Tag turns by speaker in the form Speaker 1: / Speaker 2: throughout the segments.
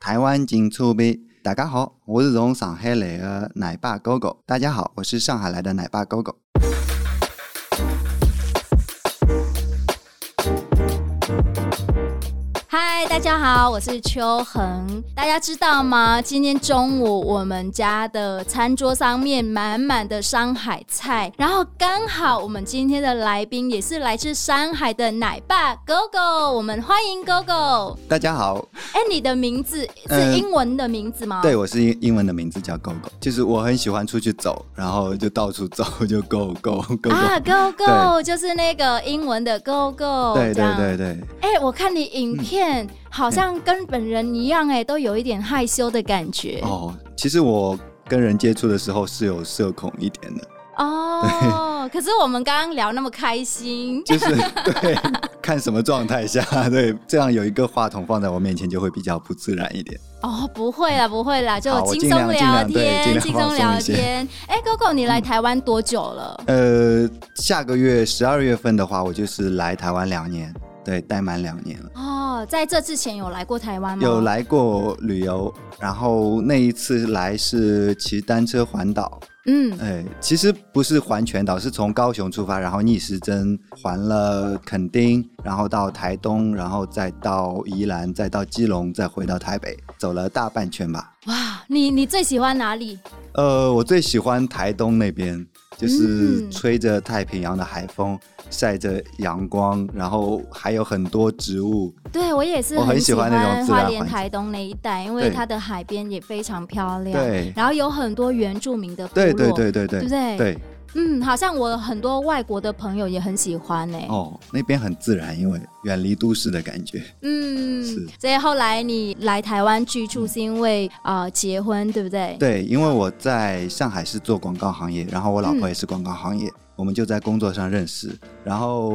Speaker 1: 台湾金醋杯。大家好，我是从上海来的奶爸狗狗。大家好，我是上海来的奶爸狗狗。
Speaker 2: 嗨，大家好，我是秋恒。大家知道吗？今天中午我们家的餐桌上面满满的上海菜，然后刚好我们今天的来宾也是来自上海的奶爸 GoGo，我们欢迎 GoGo。
Speaker 1: 大家好，
Speaker 2: 哎，你的名字
Speaker 1: 呃
Speaker 2: 是英文的名字吗？
Speaker 1: 对我是英英文的名字叫狗狗，就是我很喜欢出去走，然后就到处走，就 go go go go。
Speaker 2: 啊，Go Go 就是那个英文的 Go Go，
Speaker 1: 对
Speaker 2: 这
Speaker 1: 对
Speaker 2: 样
Speaker 1: 对嗯对，
Speaker 2: 哎、我看你影片、好像跟本人一样、哎，都有一点害羞的感觉
Speaker 1: 哦，其实我跟人接触的时候是有社恐一点的，
Speaker 2: 哦。可是我们刚刚聊那么开心，
Speaker 1: 就是 对，看什么状态下，对，这样有一个话筒放在我面前就会比较不自然一点。
Speaker 2: 哦，不会啦，不会啦，就
Speaker 1: 好我
Speaker 2: 轻
Speaker 1: 尽
Speaker 2: 松
Speaker 1: 量尽
Speaker 2: 聊
Speaker 1: 量对尽
Speaker 2: 天，
Speaker 1: 量
Speaker 2: 轻松
Speaker 1: 放松
Speaker 2: 聊
Speaker 1: 一些嗯
Speaker 2: 天。 哎、g o g o 你来台湾多久了？
Speaker 1: 呃，下个月十二月份的话，我就是来台湾两年，对，待满两年了。
Speaker 2: 哦，在这之前有来过台湾吗？
Speaker 1: 有。来过旅游，然后那一次来是骑单车环岛，
Speaker 2: 嗯，
Speaker 1: 哎，其实不是环全岛，是从高雄出发，然后逆时针环了垦丁，然后到台东，然后再到宜兰，再到基隆，再回到台北，走了大半圈吧。
Speaker 2: 哇，你你最喜欢哪里？
Speaker 1: 呃，我最喜欢台东那边，就是
Speaker 2: 嗯
Speaker 1: 吹着太平洋的海风，晒着阳光，然后还有很多植物。
Speaker 2: 对我也是
Speaker 1: 我很
Speaker 2: 喜
Speaker 1: 喜欢那种自然
Speaker 2: 花
Speaker 1: 环
Speaker 2: 莲、
Speaker 1: 境
Speaker 2: 台东那一带，因为
Speaker 1: 对
Speaker 2: 它的海边也非常漂亮。
Speaker 1: 对
Speaker 2: 然后有很多原住民的部落，
Speaker 1: 对对对对
Speaker 2: 对不
Speaker 1: 对
Speaker 2: 对？，
Speaker 1: 对，
Speaker 2: 嗯，好像我很多外国的朋友也很喜欢欸呢、
Speaker 1: 哦，那边很自然，因为远离都市的感觉。
Speaker 2: 嗯
Speaker 1: 是，
Speaker 2: 所以后来你来台湾居住是因为啊、呃结婚，对不对？
Speaker 1: 对，因为我在上海是做广告行业，然后我老婆也是广告行业，我们就在工作上认识，然后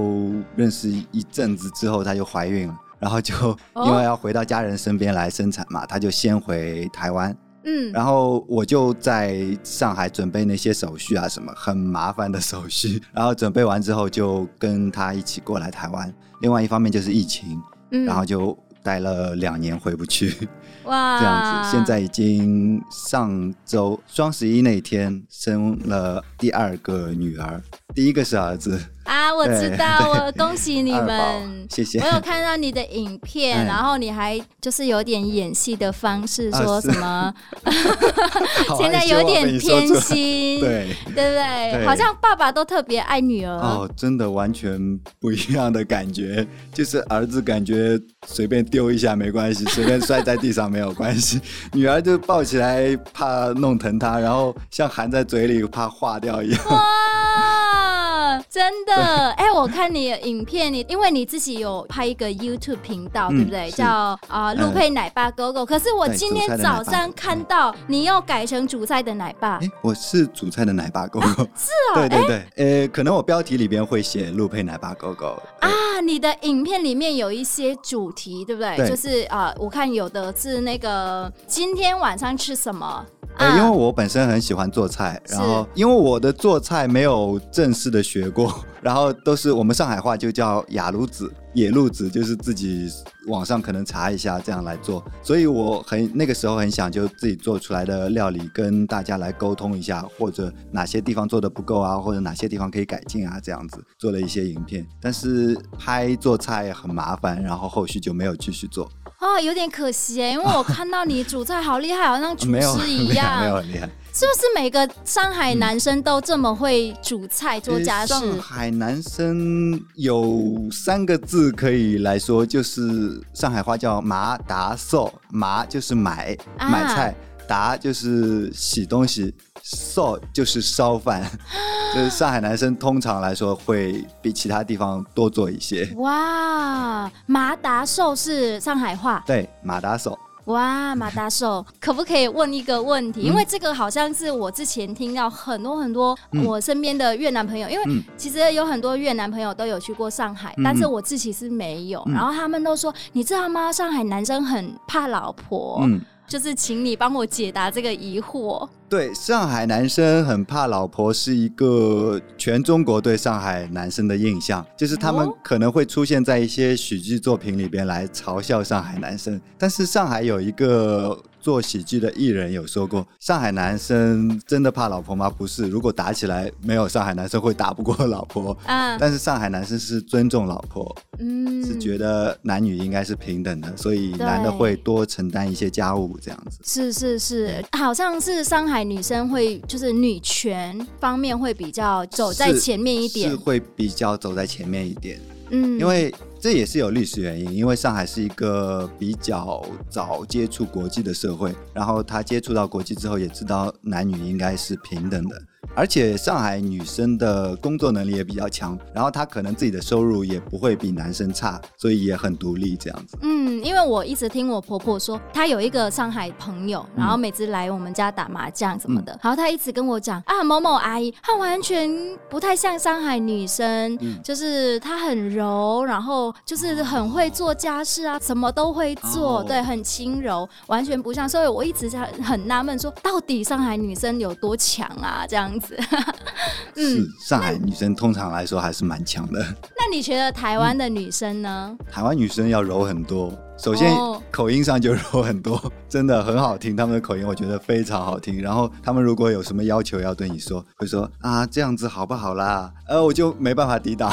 Speaker 1: 认识一阵子之后，她就怀孕了，然后就
Speaker 2: 哦
Speaker 1: 因为要回到家人身边来生产嘛，她就先回台湾，
Speaker 2: 嗯，
Speaker 1: 然后我就在上海准备那些手续啊，什么很麻烦的手续，然后准备完之后就跟她一起过来台湾。另外一方面就是疫情，
Speaker 2: 嗯
Speaker 1: 然后就待了两年回不去。
Speaker 2: 哇
Speaker 1: 这样
Speaker 2: 啊
Speaker 1: 子，现在已经上周双十一那天生了第二个女儿，第一个是儿子，
Speaker 2: 啊，我知道，
Speaker 1: 对
Speaker 2: 我恭喜你
Speaker 1: 二 宝
Speaker 2: 们，。
Speaker 1: 谢谢
Speaker 2: 我。有看到你的影片，
Speaker 1: 哎
Speaker 2: 然后你还就是有点演戏的方式，
Speaker 1: 啊
Speaker 2: 说
Speaker 1: 是
Speaker 2: 什么
Speaker 1: 好
Speaker 2: 现在
Speaker 1: 害羞啊
Speaker 2: 有
Speaker 1: 被
Speaker 2: 点
Speaker 1: 你说
Speaker 2: 偏
Speaker 1: 出来
Speaker 2: 心，
Speaker 1: 对，
Speaker 2: 对不对？
Speaker 1: 对
Speaker 2: 好像爸爸都特别爱女儿。
Speaker 1: 哦，真的完全不一样的感觉， 就是儿子感觉随便丢一下没关 系，随便摔在地上没有关系，女儿就抱起来怕弄疼她，然后像含在嘴里怕化掉 一样。
Speaker 2: 哇，真的！哎、我看你的影片，你因为你自己有拍一个 YouTube 频道，
Speaker 1: 嗯
Speaker 2: 对不对？
Speaker 1: 是嗯
Speaker 2: 叫啊陆、配奶爸 GoGo、可是我
Speaker 1: 对
Speaker 2: 今
Speaker 1: 煮菜
Speaker 2: 天
Speaker 1: 的奶
Speaker 2: 早
Speaker 1: 爸
Speaker 2: 上看到你又改成煮菜的奶爸
Speaker 1: 哎，，我是煮菜的奶爸狗狗， 是啊，对对对，呃，可能我标题里边会写陆配奶爸狗狗啊，
Speaker 2: 啊，你的影片里面有一些主题，对不对？
Speaker 1: 对
Speaker 2: 就是啊、我看有的是那个今天晚上吃什么
Speaker 1: 呃
Speaker 2: 啊，
Speaker 1: 因为我本身很喜欢做菜，
Speaker 2: 是
Speaker 1: 然后因为我的做菜没有正式的学过， 然后都是我们上海话就叫雅鲁子、野路子，就是自己网上可能查一下这样来做，所以我很那个时候很想就自己做出来的料理跟大家来沟通一下，或者哪些地方做的不够啊，或者哪些地方可以改进啊，这样子做了一些影片，但是拍做菜很麻烦，然后后续就没有继续做，
Speaker 2: 哦，有点可惜耶，因为我看到你煮菜好厉害，好像厨
Speaker 1: 没有
Speaker 2: 师
Speaker 1: 很
Speaker 2: 一
Speaker 1: 厉害，没有
Speaker 2: 样，
Speaker 1: 很厉害。
Speaker 2: 是不是每个上海男生都这么会煮菜做家事？
Speaker 1: 上海男生有三个字可以来说，就是上海话叫“麻达售”，麻就是买、
Speaker 2: 啊
Speaker 1: 买菜，达就是洗东西，售就是烧饭。 就是上海男生通常来说会比其他地方多做一些。
Speaker 2: 哇，马达寿是上海话。
Speaker 1: 对，马达手，
Speaker 2: 哇，马达寿，可不可以问一个问
Speaker 1: 嗯
Speaker 2: 题？因为这个好像是我之前听到很多很多
Speaker 1: 嗯
Speaker 2: 我身边的越南朋友，因为
Speaker 1: 嗯
Speaker 2: 其实有很多越南朋友都有去过上海，
Speaker 1: 嗯
Speaker 2: 但是我自己是没有。
Speaker 1: 嗯
Speaker 2: 然后他们都说，你知道吗？上海男生很怕老婆。
Speaker 1: 嗯，
Speaker 2: 就是请你帮我解答这个疑惑。
Speaker 1: 对，上海男生很怕老婆是一个全中国对上海男生的印象，就是他们
Speaker 2: 哦
Speaker 1: 可能会出现在一些喜剧作品里边来嘲笑上海男生。但是上海有一个做喜剧的艺人有说过，上海男生真的怕老婆吗？不是，如果打起来，没有上海男生会打不过老 婆。
Speaker 2: 啊，
Speaker 1: 但是上海男生是尊重老婆，
Speaker 2: 嗯，
Speaker 1: 是觉得男女应该是平等的，所以男的
Speaker 2: 对
Speaker 1: 会多承担一些家务这样子。
Speaker 2: 是是是，好像是上海女生会就是女权方面会比较走在
Speaker 1: 是
Speaker 2: 前面一
Speaker 1: 是
Speaker 2: 点，
Speaker 1: 会比较走在前面一点，
Speaker 2: 嗯，
Speaker 1: 因为这也是有历史原因，因为上海是一个比较早接触国际的社会，然后他接触到国际之后，也知道男女应该是平等的。而且上海女生的工作能力也比较强，然后她可能自己的收入也不会比男生差，所以也很独立这样子。
Speaker 2: 嗯，因为我一直听我婆婆说，她有一个上海朋友，然后每次来我们家打麻将什么的，
Speaker 1: 嗯
Speaker 2: 然后她一直跟我讲啊，某某阿姨，她完全不太像上海女生，
Speaker 1: 嗯
Speaker 2: 就是她很柔，然后就是很会做家事啊，什么都会做，
Speaker 1: 哦
Speaker 2: 对，很轻柔，完全不像。所以我一直在很纳闷说，到底上海女生有多强啊？这样子。
Speaker 1: 是上海女生通常来说还是蛮强的。
Speaker 2: 那你觉得台湾的女生呢？
Speaker 1: 台湾女生要柔很多，首先
Speaker 2: 哦
Speaker 1: 口音上就柔很多， 真的很好听，他们的口音我觉得非常好听。然后他们如果有什么要求要对你说，会说啊这样子好不好啦？呃，我就没办法抵挡，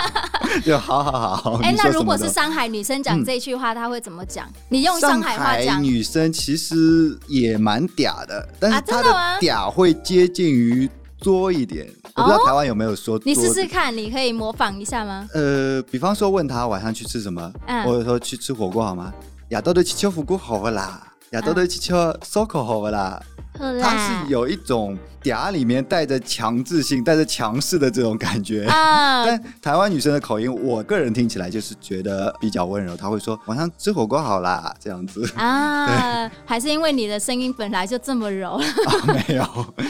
Speaker 1: 就好好好。
Speaker 2: 哎、
Speaker 1: 你说
Speaker 2: 那
Speaker 1: 什么
Speaker 2: 如
Speaker 1: 嗯
Speaker 2: 果
Speaker 1: 都
Speaker 2: 是上海女生讲这句话，她会怎么讲？你用
Speaker 1: 上
Speaker 2: 上海话讲。
Speaker 1: 女生其实也蛮嗲的，但是
Speaker 2: 啊真
Speaker 1: 她
Speaker 2: 的吗
Speaker 1: 的嗲会接近于作一点。我不知道
Speaker 2: 哦
Speaker 1: 台湾有没有说作
Speaker 2: 你
Speaker 1: 这个
Speaker 2: 试试看，你可以模仿一下吗？
Speaker 1: 呃，比方说问他晚上去吃什么，
Speaker 2: 嗯
Speaker 1: 或者说去吃火锅好吗？亚豆的去吃火锅好不啦？亚豆的去吃
Speaker 2: 嗯
Speaker 1: 烧烤好不啦？
Speaker 2: 好
Speaker 1: 他是有一种嗲里面带着强制性、
Speaker 2: 嗯
Speaker 1: 带着强势的这种感觉。
Speaker 2: 啊，
Speaker 1: 但台湾女生的口音，我个人听起来就是觉得比较温柔，她会说晚上吃火锅好啦，这样 子
Speaker 2: 啊，还是因为你的声音本来就这么 柔。
Speaker 1: 啊，没有。
Speaker 2: 嗯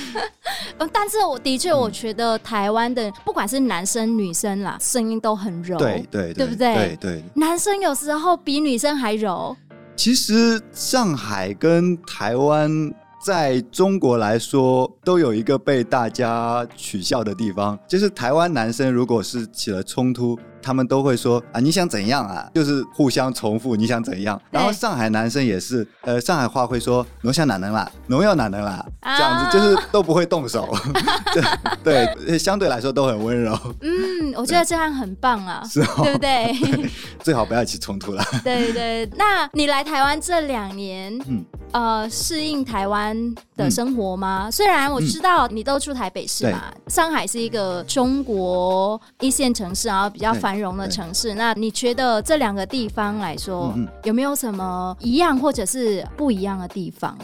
Speaker 2: 但是我的确，我觉得台湾的不管是男生女生啦，声音都很柔。
Speaker 1: 对对
Speaker 2: 对不对
Speaker 1: 对对，
Speaker 2: 男生有时候比女生还柔。
Speaker 1: 其实上海跟台湾在中国来说，都有一个被大家取笑的地方，就是台湾男生如果是起了冲突，他们都会说啊你想怎样啊，就是互相重复你想怎样。
Speaker 2: 对
Speaker 1: 然后上海男生也是，呃，上海话会说侬想哪能啦，侬要哪能啦，
Speaker 2: 啊
Speaker 1: 这样子就是都不会动手，对对，相对来说都很温柔，
Speaker 2: 嗯，我觉得这样很棒啊，
Speaker 1: 是哦
Speaker 2: 对不对？
Speaker 1: 最好不要起冲突了。
Speaker 2: 对对，那你来台湾这两年，
Speaker 1: 嗯
Speaker 2: 呃，适应台湾
Speaker 1: 嗯
Speaker 2: 的
Speaker 1: 嗯
Speaker 2: 生活吗？虽然我知道你都住台北市嘛，上海是一个中国一线城市，然后比较
Speaker 1: 对
Speaker 2: 繁荣的
Speaker 1: 对
Speaker 2: 城市。那你觉得这两个地方来说，
Speaker 1: 嗯嗯
Speaker 2: 有没有什么一样或者是不一样的地方？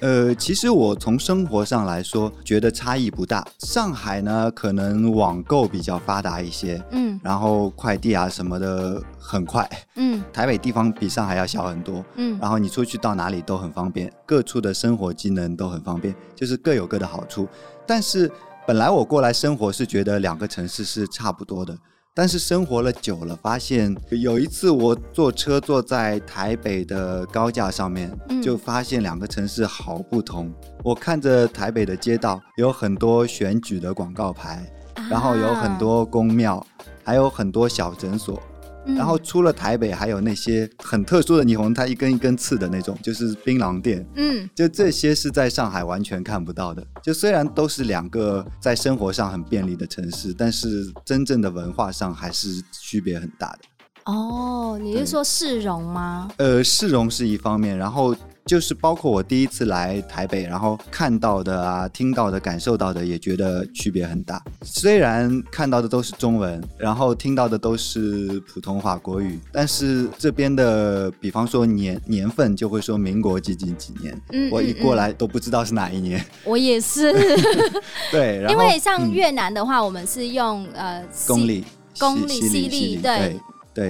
Speaker 1: 呃，其实我从生活上来说，觉得差异不大。上海呢，可能网购比较发达一些，
Speaker 2: 嗯
Speaker 1: 然后快递啊什么的很快。
Speaker 2: 嗯
Speaker 1: 台北地方比上海要小很多，
Speaker 2: 嗯
Speaker 1: 然后你出去到哪里都很方便，各处的生活机能都很方便，就是各有各的好处。但是本来我过来生活是觉得两个城市是差不多的，但是生活了久了，发现有一次我坐车坐在台北的高架上面
Speaker 2: 嗯，
Speaker 1: 就发现两个城市好不同。我看着台北的街道，有很多选举的广告牌，然后有很，多公庙，还有很多小诊所。
Speaker 2: 啊嗯
Speaker 1: 然后出了台北，还有那些很特殊的霓虹，它一根一根刺的那种，就是槟榔店。
Speaker 2: 嗯
Speaker 1: 就这些是在上海完全看不到的。就虽然都是两个在生活上很便利的城市，但是真正的文化上还是区别很大的。
Speaker 2: 哦，你是
Speaker 1: 对
Speaker 2: 说市容吗？
Speaker 1: 呃，市容是一方面，然后就是包括我第一次来台北，然后看到的啊、听到的、感受到的，也觉得区别很大。虽然看到的都是中文，然后听到的都是普通话、国语，但是这边的，比方说年年份，就会说民国几几几年，
Speaker 2: 嗯
Speaker 1: 我一
Speaker 2: 嗯
Speaker 1: 过
Speaker 2: 嗯
Speaker 1: 来都不知道是哪一 年。
Speaker 2: 我 也是，
Speaker 1: 对，然后
Speaker 2: 因为像
Speaker 1: 嗯
Speaker 2: 越南的话，我们是用呃
Speaker 1: 公
Speaker 2: 西
Speaker 1: 里、
Speaker 2: 公里
Speaker 1: 西
Speaker 2: 西
Speaker 1: 里、
Speaker 2: 里
Speaker 1: 西里，
Speaker 2: 对
Speaker 1: 对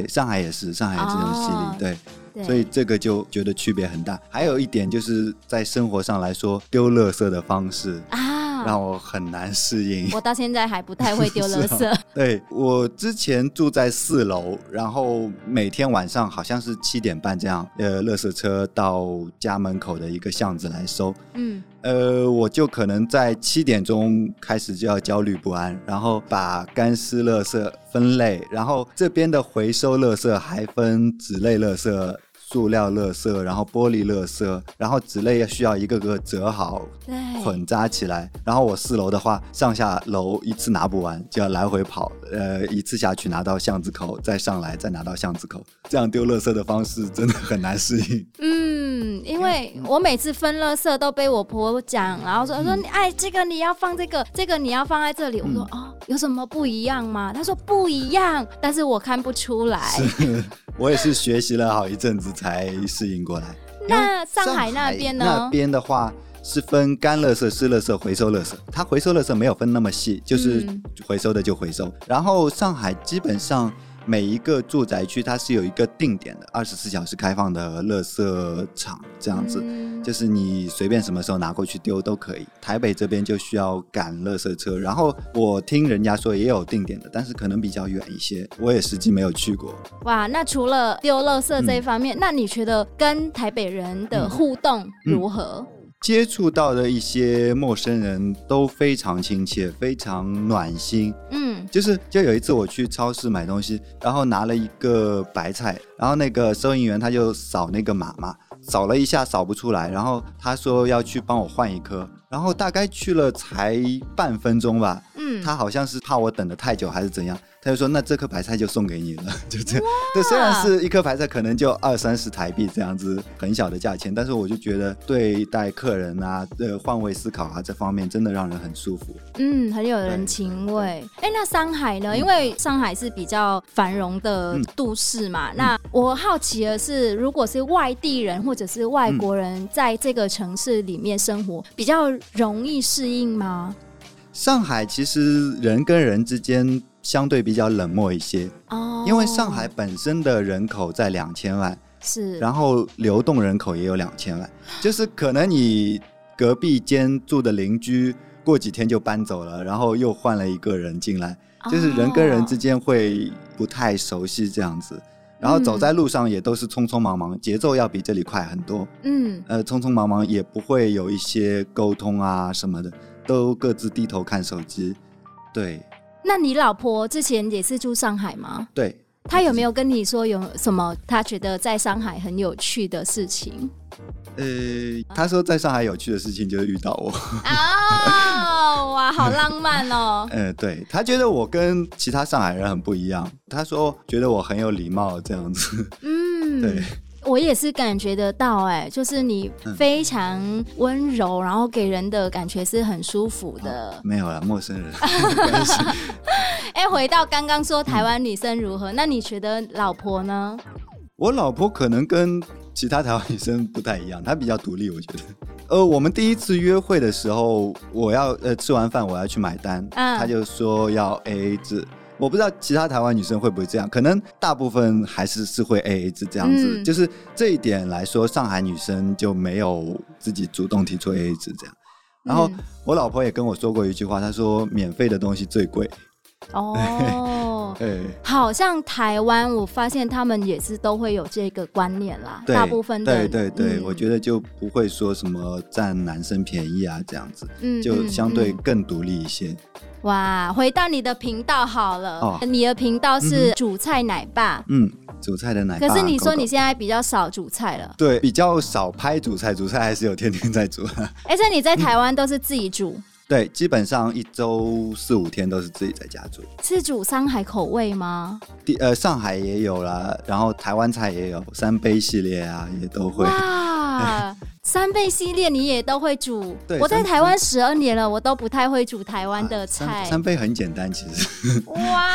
Speaker 1: 对，上海也是，上海也是用西里，
Speaker 2: 哦
Speaker 1: 对。
Speaker 2: 对
Speaker 1: 所以这个就觉得区别很大。还有一点就是在生活上来说，丢垃圾的方式，
Speaker 2: 啊，啊
Speaker 1: 让我很难适应。
Speaker 2: 我到现在还不太会 丢
Speaker 1: 是啊
Speaker 2: 垃圾。
Speaker 1: 对我之前住在四楼，然后每天晚上好像是七点半这样，呃，垃圾车到家门口的一个巷子来收。
Speaker 2: 嗯，
Speaker 1: 呃，我就可能在七点钟开始就要焦虑不安，然后把干湿垃圾分类，然后这边的回收垃圾还分纸类垃圾。塑料垃圾，然后玻璃垃圾，然后纸类需要一个个折好，
Speaker 2: 对，
Speaker 1: 混扎起来。然后我四楼的话，上下楼一次拿不完，就要来回跑，呃，一次下去拿到巷子口，再上来，再拿到巷子口，这样丢垃圾的方式真的很难适应。
Speaker 2: 嗯，因为我每次分垃圾都被我婆讲，然后
Speaker 1: 嗯
Speaker 2: 说说你哎，这个你要放这个，这个你要放在这里。我
Speaker 1: 嗯
Speaker 2: 说哦，有什么不一样吗？她说不一样，但是我看不出来。
Speaker 1: 我也是学习了好一阵子才适应过来。
Speaker 2: 那上海那边呢？
Speaker 1: 那边的话是分干垃圾、湿垃圾、回收垃圾。它回收垃圾没有分那么细，就是
Speaker 2: 嗯
Speaker 1: 回收的就回收。然后上海基本上每一个住宅区它是有一个定点的，二十四小时开放的垃圾场这样子。
Speaker 2: 嗯
Speaker 1: 就是你随便什么时候拿过去丢都可以。台北这边就需要赶垃圾车，然后我听人家说也有定点的，但是可能比较远一些，我也实际没有去过。
Speaker 2: 哇，那除了丢垃圾
Speaker 1: 嗯
Speaker 2: 这一方面，那你觉得跟台北人的互动
Speaker 1: 嗯
Speaker 2: 如何？
Speaker 1: 接触到的一些陌生人都非常亲切，非常暖心。
Speaker 2: 嗯
Speaker 1: 就是就有一次我去超市买东西，然后拿了一个白菜，然后那个收银员他就扫那个码嘛，扫了一下扫不出来，然后他说要去帮我换一颗，然后大概去了才半分钟吧，
Speaker 2: 嗯，
Speaker 1: 他好像是怕我等的太久还是怎样，他就说那这颗白菜就送给你了， 就这样。对，虽然是一颗白菜可能就二三十台币这样子很小的价钱，但是我就觉得对待客人啊，呃，换位思考啊这方面真的让人很舒服。
Speaker 2: 嗯，很有人情味。哎、那上海呢？因为上海是比较繁荣的
Speaker 1: 嗯
Speaker 2: 都市嘛。那我好奇的是，如果是外地人或者是外国人在这个城市里面生活，比较容易适应吗？
Speaker 1: 上海其实人跟人之间相对比较冷漠一些，
Speaker 2: 哦，
Speaker 1: 嗯因为上海本身的人口在两千万，
Speaker 2: 是
Speaker 1: 然后流动人口也有两千万，就是可能你隔壁间住的邻居过几天就搬走了，然后又换了一个人进来，
Speaker 2: 哦
Speaker 1: 就是人跟人之间会不太熟悉这样子。然后走在路上也都是匆匆忙忙，节奏要比这里快很多。
Speaker 2: 哦嗯
Speaker 1: 呃，匆匆忙忙也不会有一些沟通啊什么的，都各自低头看手机。对
Speaker 2: 那你老婆之前也是住上海吗？
Speaker 1: 对，
Speaker 2: 她有没有跟你说有什么她觉得在上海很有趣的 事情？
Speaker 1: 呃，他说在上海有趣的事情就是遇到我。
Speaker 2: 哦，哇，好浪漫哦！
Speaker 1: 呃，对他觉得我跟其他上海人很不一样，他说觉得我很有礼貌这样子。
Speaker 2: 嗯，
Speaker 1: 对，
Speaker 2: 我也是感觉得到、哎，就是你
Speaker 1: 嗯
Speaker 2: 非常温柔，然后给人的感觉是很舒服的。
Speaker 1: 没有了，陌生人没关系。
Speaker 2: 哎、回到刚刚说台湾女生如何，那你觉得老婆呢？
Speaker 1: 我老婆可能跟其他台湾女生不太一样，她比较独立，我觉得。呃，我们第一次约会的时候，我要呃吃完饭我要去买单，
Speaker 2: 嗯
Speaker 1: 她就说要 A A 制。我不知道其他台湾女生会不会这样，可能大部分还是是会 A A 制这样子。
Speaker 2: 嗯
Speaker 1: 就是这一点来说，上海女生就没有自己主动提出 A A 制这样。然后
Speaker 2: 嗯
Speaker 1: 我老婆也跟我说过一句话，她说免费的东西最贵。。
Speaker 2: 哦
Speaker 1: 哎，
Speaker 2: 好像台湾，我发现他们也是都会有这个观念啦，
Speaker 1: 对
Speaker 2: 大部分的嗯
Speaker 1: 对对对，我觉
Speaker 2: 得
Speaker 1: 得就不会说什么占男生便宜啊这样子。
Speaker 2: 嗯
Speaker 1: 就相对
Speaker 2: 嗯嗯
Speaker 1: 更独立一些。
Speaker 2: 哇，回到你的频道好了，
Speaker 1: 哦
Speaker 2: 你的频道是煮菜奶爸，
Speaker 1: 嗯，煮菜的奶爸。
Speaker 2: 可是你
Speaker 1: 狗
Speaker 2: 说你
Speaker 1: 狗
Speaker 2: 现在比较少煮菜了，
Speaker 1: 对比较少拍煮菜，煮菜还是有天天在煮。
Speaker 2: 而且哎你在
Speaker 1: 嗯
Speaker 2: 台湾都是自己煮，
Speaker 1: 对，基本上一周四五天都是自己在家煮。
Speaker 2: 是煮上海口味吗？
Speaker 1: 第呃，上海也有啦，然后台湾菜也有，三杯系列啊也都会。
Speaker 2: 哇，三倍系列你也都会煮
Speaker 1: 对？
Speaker 2: 我在
Speaker 1: 三
Speaker 2: 台湾十二年了，我都不太会煮台湾的
Speaker 1: 三
Speaker 2: 菜。
Speaker 1: 三杯很简单，其实
Speaker 2: 哇，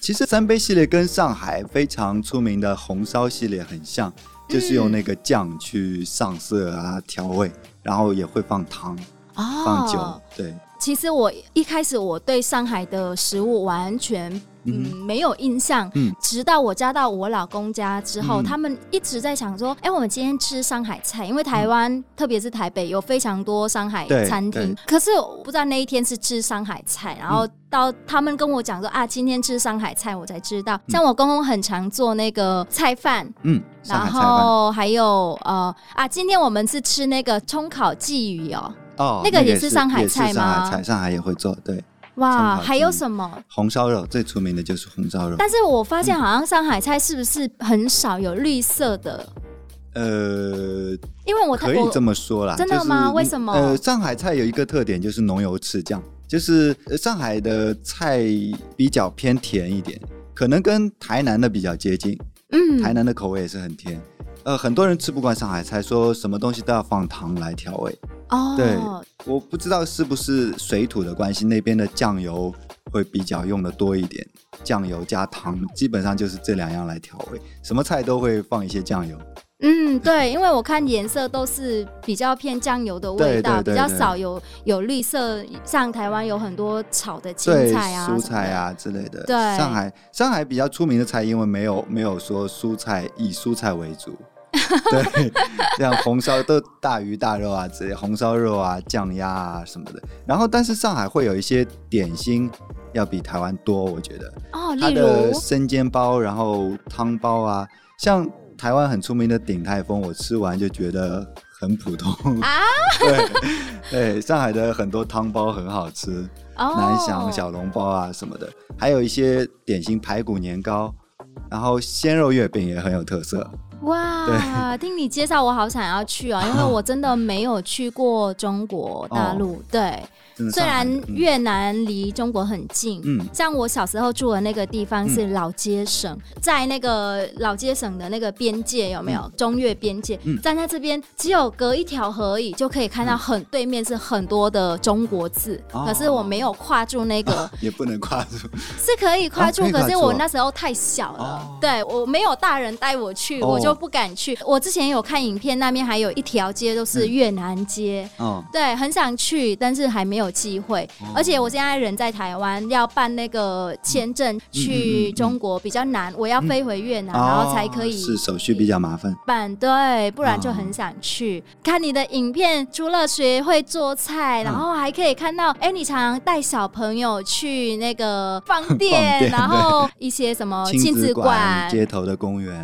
Speaker 1: 其实三杯系列跟上海非常出名的红烧系列很像，
Speaker 2: 嗯
Speaker 1: 就是用那个酱去上色啊调味，然后也会放糖放酒，
Speaker 2: 哦，
Speaker 1: 对。
Speaker 2: 其实我一开始我对上海的食物完全嗯没有印象。
Speaker 1: 嗯
Speaker 2: 直到我嫁到我老公家之后，
Speaker 1: 嗯
Speaker 2: 他们一直在想说，哎、我们今天吃上海菜，因为台湾、特别是台北有非常多上海
Speaker 1: 嗯对
Speaker 2: 餐厅
Speaker 1: 对，嗯
Speaker 2: 可是我不知道那一天是吃上海菜，然后到他们跟我讲说啊，今天吃上海菜，我才知道。像我公公很常做那个菜饭，
Speaker 1: 嗯，上海
Speaker 2: 然
Speaker 1: 菜饭
Speaker 2: 后还有呃啊，今天我们是吃那个葱烤鲫鱼哦，
Speaker 1: 哦，
Speaker 2: 那个也
Speaker 1: 也
Speaker 2: 是上海
Speaker 1: 也
Speaker 2: 菜
Speaker 1: 上
Speaker 2: 吗
Speaker 1: 海菜上海也会做，对，
Speaker 2: 哇，
Speaker 1: 葱烤
Speaker 2: 还有
Speaker 1: 鲫鱼
Speaker 2: 什么？
Speaker 1: 红烧肉最出名的就是红烧肉。
Speaker 2: 但是我发现好像上海菜是不是很少有绿色的？
Speaker 1: 呃，
Speaker 2: 因为我
Speaker 1: 可以
Speaker 2: 我
Speaker 1: 这么说啦，
Speaker 2: 真的吗
Speaker 1: 就是
Speaker 2: 为什么
Speaker 1: 呃，上海菜有一个特点就是浓油赤酱，就是呃上海的菜比较偏甜一点，可能跟台南的比较接近，台
Speaker 2: 嗯
Speaker 1: 南的口味也是很甜。呃，很多人吃不惯上海菜，说什么东西都要放糖来调味。对
Speaker 2: 哦，
Speaker 1: 我不知道是不是水土的关系，那边的酱油会比较用的多一点，酱油加糖，基本上就是这两样来调味，什么菜都会放一些酱油。
Speaker 2: 嗯对，因为我看颜色都是比较偏酱油的味
Speaker 1: 对对
Speaker 2: 道，
Speaker 1: 对
Speaker 2: 比较
Speaker 1: 对
Speaker 2: 少有有绿色。像台湾有很多炒的青
Speaker 1: 对，
Speaker 2: 菜啊，
Speaker 1: 蔬菜，啊之类的。
Speaker 2: 对
Speaker 1: 上海上海比较出名的菜，因为没有没有说蔬菜以蔬菜为 主，对，像红烧都大鱼大肉啊之类，红烧肉啊、酱鸭啊什么的。然后，但是上海会有一些点心要比台湾多，我觉得
Speaker 2: 哦，
Speaker 1: 它
Speaker 2: 例
Speaker 1: 的
Speaker 2: 如
Speaker 1: 生煎包，然后汤包啊，像台湾很出名的鼎泰丰，我吃完就觉得很普通
Speaker 2: 啊。
Speaker 1: 对，对，上海的很多汤包很好吃。
Speaker 2: 哦
Speaker 1: 南翔小笼包啊什么的，还有一些点心排骨年糕，然后鲜肉月饼也很有特色。
Speaker 2: 哇，听你介绍，我好想要去啊，因为我真的没有去过中国大
Speaker 1: 哦
Speaker 2: 陆。对，
Speaker 1: 真的
Speaker 2: 虽
Speaker 1: 上海
Speaker 2: 然
Speaker 1: 的，
Speaker 2: 越南离中国很近，
Speaker 1: 嗯
Speaker 2: 像我小时候住的那个地方是老街省，在那个老街省的那个边界有没有、中越边界？
Speaker 1: 嗯
Speaker 2: 站在这边只有隔一条河而已，就可以看到很、对面是很多的中国字，
Speaker 1: 哦
Speaker 2: 可是我没有跨住那个。
Speaker 1: 嗯也不能跨住。
Speaker 2: 是可以跨住，
Speaker 1: 啊可以
Speaker 2: 可
Speaker 1: 跨
Speaker 2: 是
Speaker 1: 住
Speaker 2: 我
Speaker 1: 哦
Speaker 2: 那时候太小了，
Speaker 1: 哦
Speaker 2: 对我没有大人带我去，
Speaker 1: 哦
Speaker 2: 我就不敢去。我之前有看影片，那边还有一条街都
Speaker 1: 嗯
Speaker 2: 是越南街。
Speaker 1: 哦，
Speaker 2: 对，很想去，但是还没有机会。而且我现在人在台湾，要办那个签证去
Speaker 1: 嗯嗯嗯
Speaker 2: 中国比较难，我要飞回越南，然后才可以
Speaker 1: 哦是手续比较麻烦。
Speaker 2: 办。对，不然就很想去。看你的影片，除了学会做
Speaker 1: 嗯
Speaker 2: 菜，然后还可以看到，哎、你常常带小朋友去 那个饭店，
Speaker 1: 放电
Speaker 2: 然后一些什么哦亲
Speaker 1: 子
Speaker 2: 子馆，
Speaker 1: 街头的公园。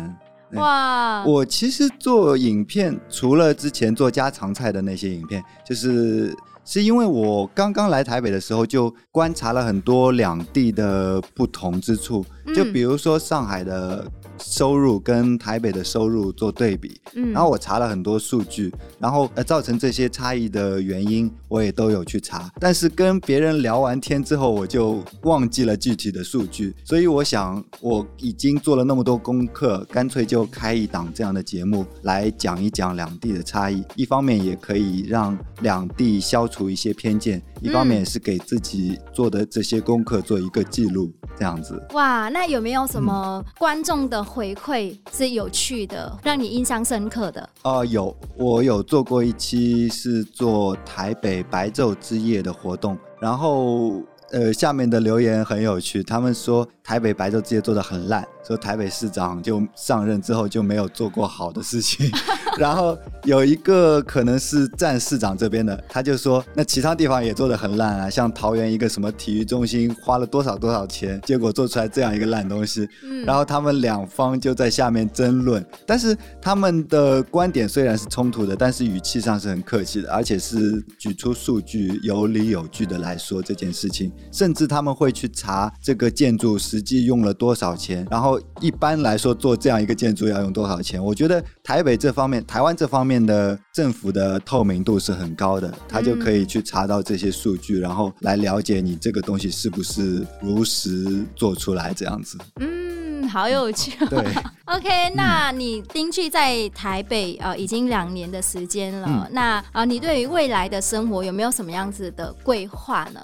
Speaker 1: 对哦
Speaker 2: 哇，
Speaker 1: 我其实做影片，除了之前做家常菜的那些影片，就是是因为我刚刚来台北的时候，就观察了很多两地的不同之处。
Speaker 2: 嗯
Speaker 1: 就比如说上海的收入跟台北的收入做对比，
Speaker 2: 嗯
Speaker 1: 然后我查了很多数据，然后呃造成这些差异的原因，我也都有去查。但是跟别人聊完天之后，我就忘记了具体的数据，所以我想我已经做了那么多功课，干脆就开一档这样的节目来讲一讲两地的差异。一方面也可以让两地消除一些偏见，一方面也是给自己做的这些功课做一个记录，这样子。
Speaker 2: 哇，那有没有什么
Speaker 1: 嗯
Speaker 2: 观众的回馈是有趣的，让你印象深刻的？
Speaker 1: 呃，有，我有做过一期是做台北白昼之夜的活动，然后呃，下面的留言很有趣，他们说台北白昼之夜做的很烂，说台北市长就上任之后就没有做过好的事情， 然后有一个可能是站市长这边的，他就说那其他地方也做的很烂啊，像桃园一个什么体育中心花了多少多少钱，结果做出来这样一个烂东西，
Speaker 2: 嗯
Speaker 1: 然后他们两方就在下面争论，但是他们的观点虽然是冲突的，但是语气上是很客气的，而且是举出数据，有理有据的来说这件事情，甚至他们会去查这个建筑实际用了多少钱，然后一般来说做这样一个建筑要用多少钱。我觉得台北这方面、台湾这方面的政府的透明度是很高的，他就可以去查到这些数据，然后来了解你这个东西是不是如实做出来这样子。
Speaker 2: 嗯，好有趣、哦。
Speaker 1: 对。
Speaker 2: OK，那
Speaker 1: 嗯
Speaker 2: 你丁去在台北呃已经两年的时间了，
Speaker 1: 嗯
Speaker 2: 那啊、呃你对于未来的生活有没有什么样子的规划呢？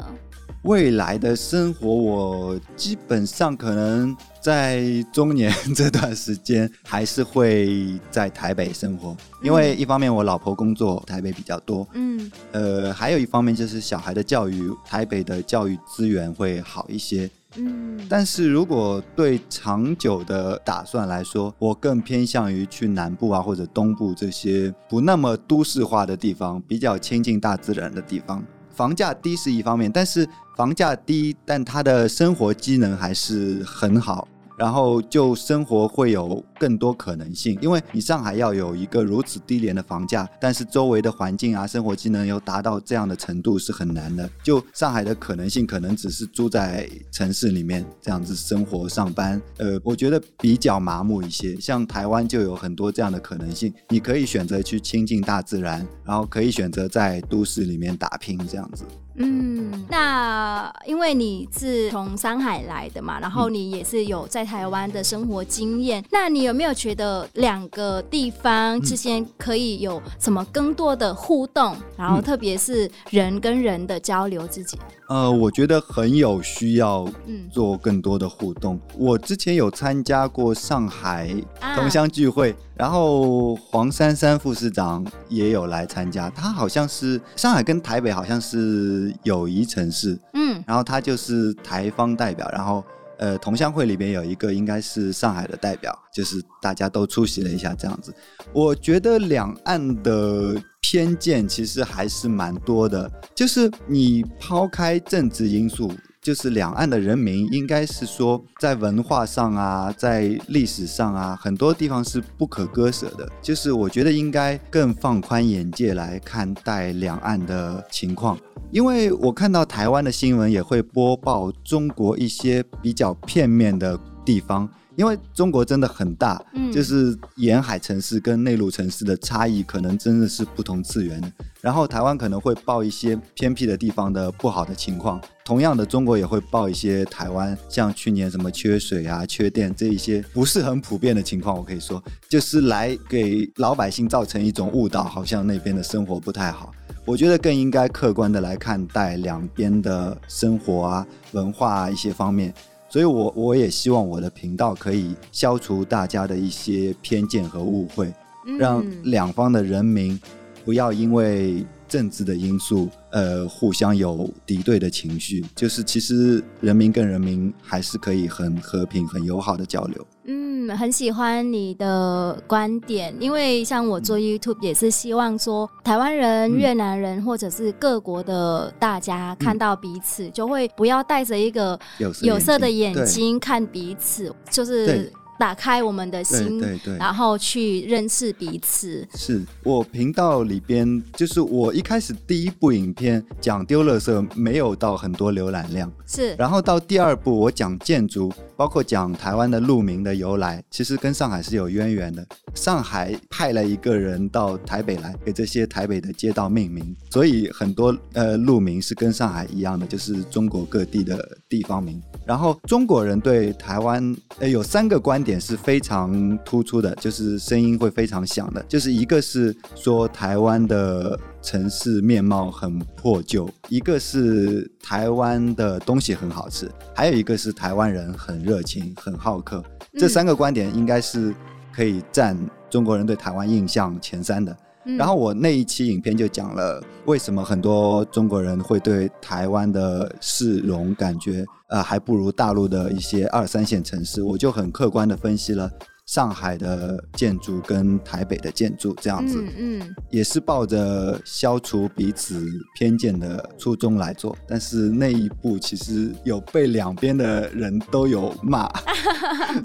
Speaker 1: 未来的生活，我基本上可能在中年这段时间还是会在台北生活，因为一方面我老婆工作台北比较多，
Speaker 2: 嗯
Speaker 1: 呃，还有一方面就是小孩的教育，台北的教育资源会好一些。
Speaker 2: 嗯，
Speaker 1: 但是如果对长久的打算来说，我更偏向于去南部啊或者东部这些不那么都市化的地方，比较亲近大自然的地方。房价低是一方面，但是房价低，但它的生活机能还是很好。然后就生活会有更多可能性，因为你上海要有一个如此低廉的房价，但是周围的环境啊、生活机能又达到这样的程度是很难的。就上海的可能性，可能只是住在城市里面这样子生活、上班，呃，我觉得比较麻木一些。像台湾就有很多这样的可能性，你可以选择去亲近大自然，然后可以选择在都市里面打拼这样子。
Speaker 2: 嗯，那因为你是从上海来的嘛，然
Speaker 1: 嗯
Speaker 2: 后你也是有在台湾的生活经验，那你有没有觉得两个地方之间可以有什么更多的互动？然
Speaker 1: 嗯
Speaker 2: 后特别是人跟人的交流之间，
Speaker 1: 呃，我觉得很有需要
Speaker 2: 嗯，
Speaker 1: 做更多的互动。我之前有参加过上海
Speaker 2: 啊
Speaker 1: 同乡聚会，然后黄珊珊副市长也有来参加。她好像是上海跟台北好像是友谊城市，
Speaker 2: 嗯
Speaker 1: 然后她就是台方代表，然后呃同乡会里边有一个应该是上海的代表，就是大家都出席了一下这样子。我觉得两岸的偏见其实还是蛮多的，就是你抛开政治因素。就是两岸的人民应该是说，在文化上啊，在历史上啊，很多地方是不可割舍的。就是我觉得应该更放宽眼界来看待两岸的情况，因为我看到台湾的新闻也会播报中国一些比较片面的地方，因为中国真的很大，
Speaker 2: 嗯，
Speaker 1: 就是沿海城市跟内陆城市的差异，可能真的是不同次元的。然后台湾可能会报一些偏僻的地方的不好的情况，同样的中国也会报一些台湾像去年什么缺水啊、缺电这一些不是很普遍的情况。我可以说，就是来给老百姓造成一种误导，好像那边的生活不太好。我觉得更应该客观的来看待两边的生活啊、文化啊一些方面。所以我，我也希望我的频道可以消除大家的一些偏见和误会，让
Speaker 2: 嗯
Speaker 1: 两方的人民不要因为政治的因素，呃，互相有敌对的情绪。就是其实人民跟人民还是可以很和平、很友好的交流。
Speaker 2: 嗯，很喜欢你的观点，因为像我做 YouTube 也是希望说，台湾
Speaker 1: 嗯
Speaker 2: 人、越南人或者是各国的大家看到彼此，就会不要带着一个
Speaker 1: 有色
Speaker 2: 有色的眼
Speaker 1: 眼睛，
Speaker 2: 睛看彼此，就是
Speaker 1: 对
Speaker 2: 打开我们的
Speaker 1: 对对
Speaker 2: 心，
Speaker 1: 对对。
Speaker 2: 然后去认识彼此。
Speaker 1: 是我频道里边，就是我一开始第一部影片讲丢垃圾，没有到很多浏览量。
Speaker 2: 是，
Speaker 1: 然后到第二部，我讲建筑，包括讲台湾的路名的由来，其实跟上海是有渊源的。上海派了一个人到台北来，给这些台北的街道命名，所以很多呃路名是跟上海一样的，就是中国各地的地方名。然后中国人对台湾，呃，有三个观点是非常突出的，就是声音会非常响的，就是一个是说台湾的城市面貌很破旧，一个是台湾的东西很好吃，还有一个是台湾人很热情、很好客。这
Speaker 2: 嗯
Speaker 1: 三个观点应该是可以占中国人对台湾印象前三的。
Speaker 2: 嗯
Speaker 1: 然后我那一期影片就讲了为什么很多中国人会对台湾的市容感觉呃还不如大陆的一些二三线城市，我就很客观的分析了上海的建筑跟台北的建筑这样子，
Speaker 2: 嗯嗯
Speaker 1: 也是抱着消除彼此偏见的初衷来做。但是那一步其实有被两边的人都有骂，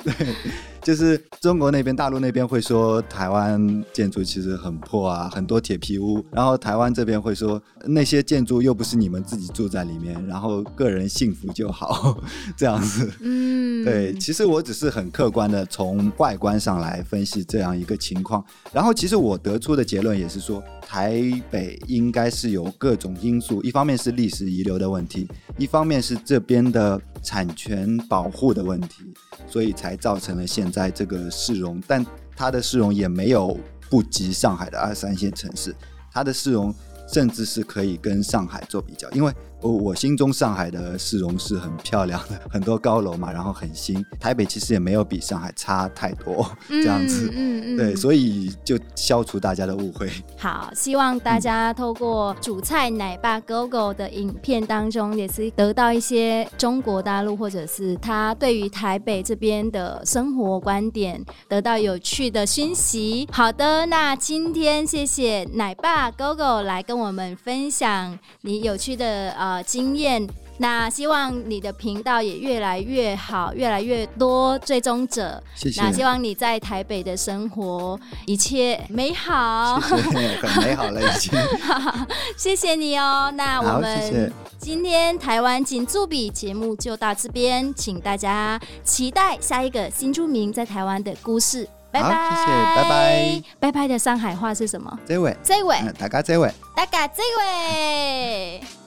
Speaker 1: 对。就是中国那边、大陆那边会说台湾建筑其实很破啊，很多铁皮屋。然后台湾这边会说那些建筑又不是你们自己住在里面，然后个人幸福就好， 这样子。
Speaker 2: 嗯，
Speaker 1: 对，其实我只是很客观的从外观上来分析这样一个情况，然后其实我得出的结论也是说，台北应该是有各种因素，一方面是历史遗留的问题，一方面是这边的产权保护的问题，所以才造成了现在这个市容，但它的市容也没有不及上海的二三线城市，它的市容甚至是可以跟上海做比较，因为我我心中上海的市容是很漂亮的，很多高楼嘛，然后很新。台北其实也没有比上海差太多，这样子。
Speaker 2: 嗯嗯嗯
Speaker 1: 对，所以就消除大家的误会。
Speaker 2: 好，希望大家透过主菜奶爸 GoGo 的影片当中，也是得到一些中国大陆或者是他对于台北这边的生活观点，得到有趣的讯息。好的，那今天谢谢奶爸 GoGo 来跟我们分享你有趣的呃经验。那希望你的频道也越来越好，越来越多追踪者。
Speaker 1: 谢谢，
Speaker 2: 那希望你在台北的生活一切美好。
Speaker 1: 谢谢，很美好了已经。
Speaker 2: 谢谢你哦。 那我
Speaker 1: 好，谢
Speaker 2: 们
Speaker 1: 谢，
Speaker 2: 今天台湾紧驻比节目就到这边，请大家期待下一个新住民在台湾的故事。拜拜，
Speaker 1: 好谢谢拜拜。
Speaker 2: 拜拜的上海话是什么？
Speaker 1: 这位，
Speaker 2: 这位，
Speaker 1: 嗯，大家这位。
Speaker 2: 大家这位。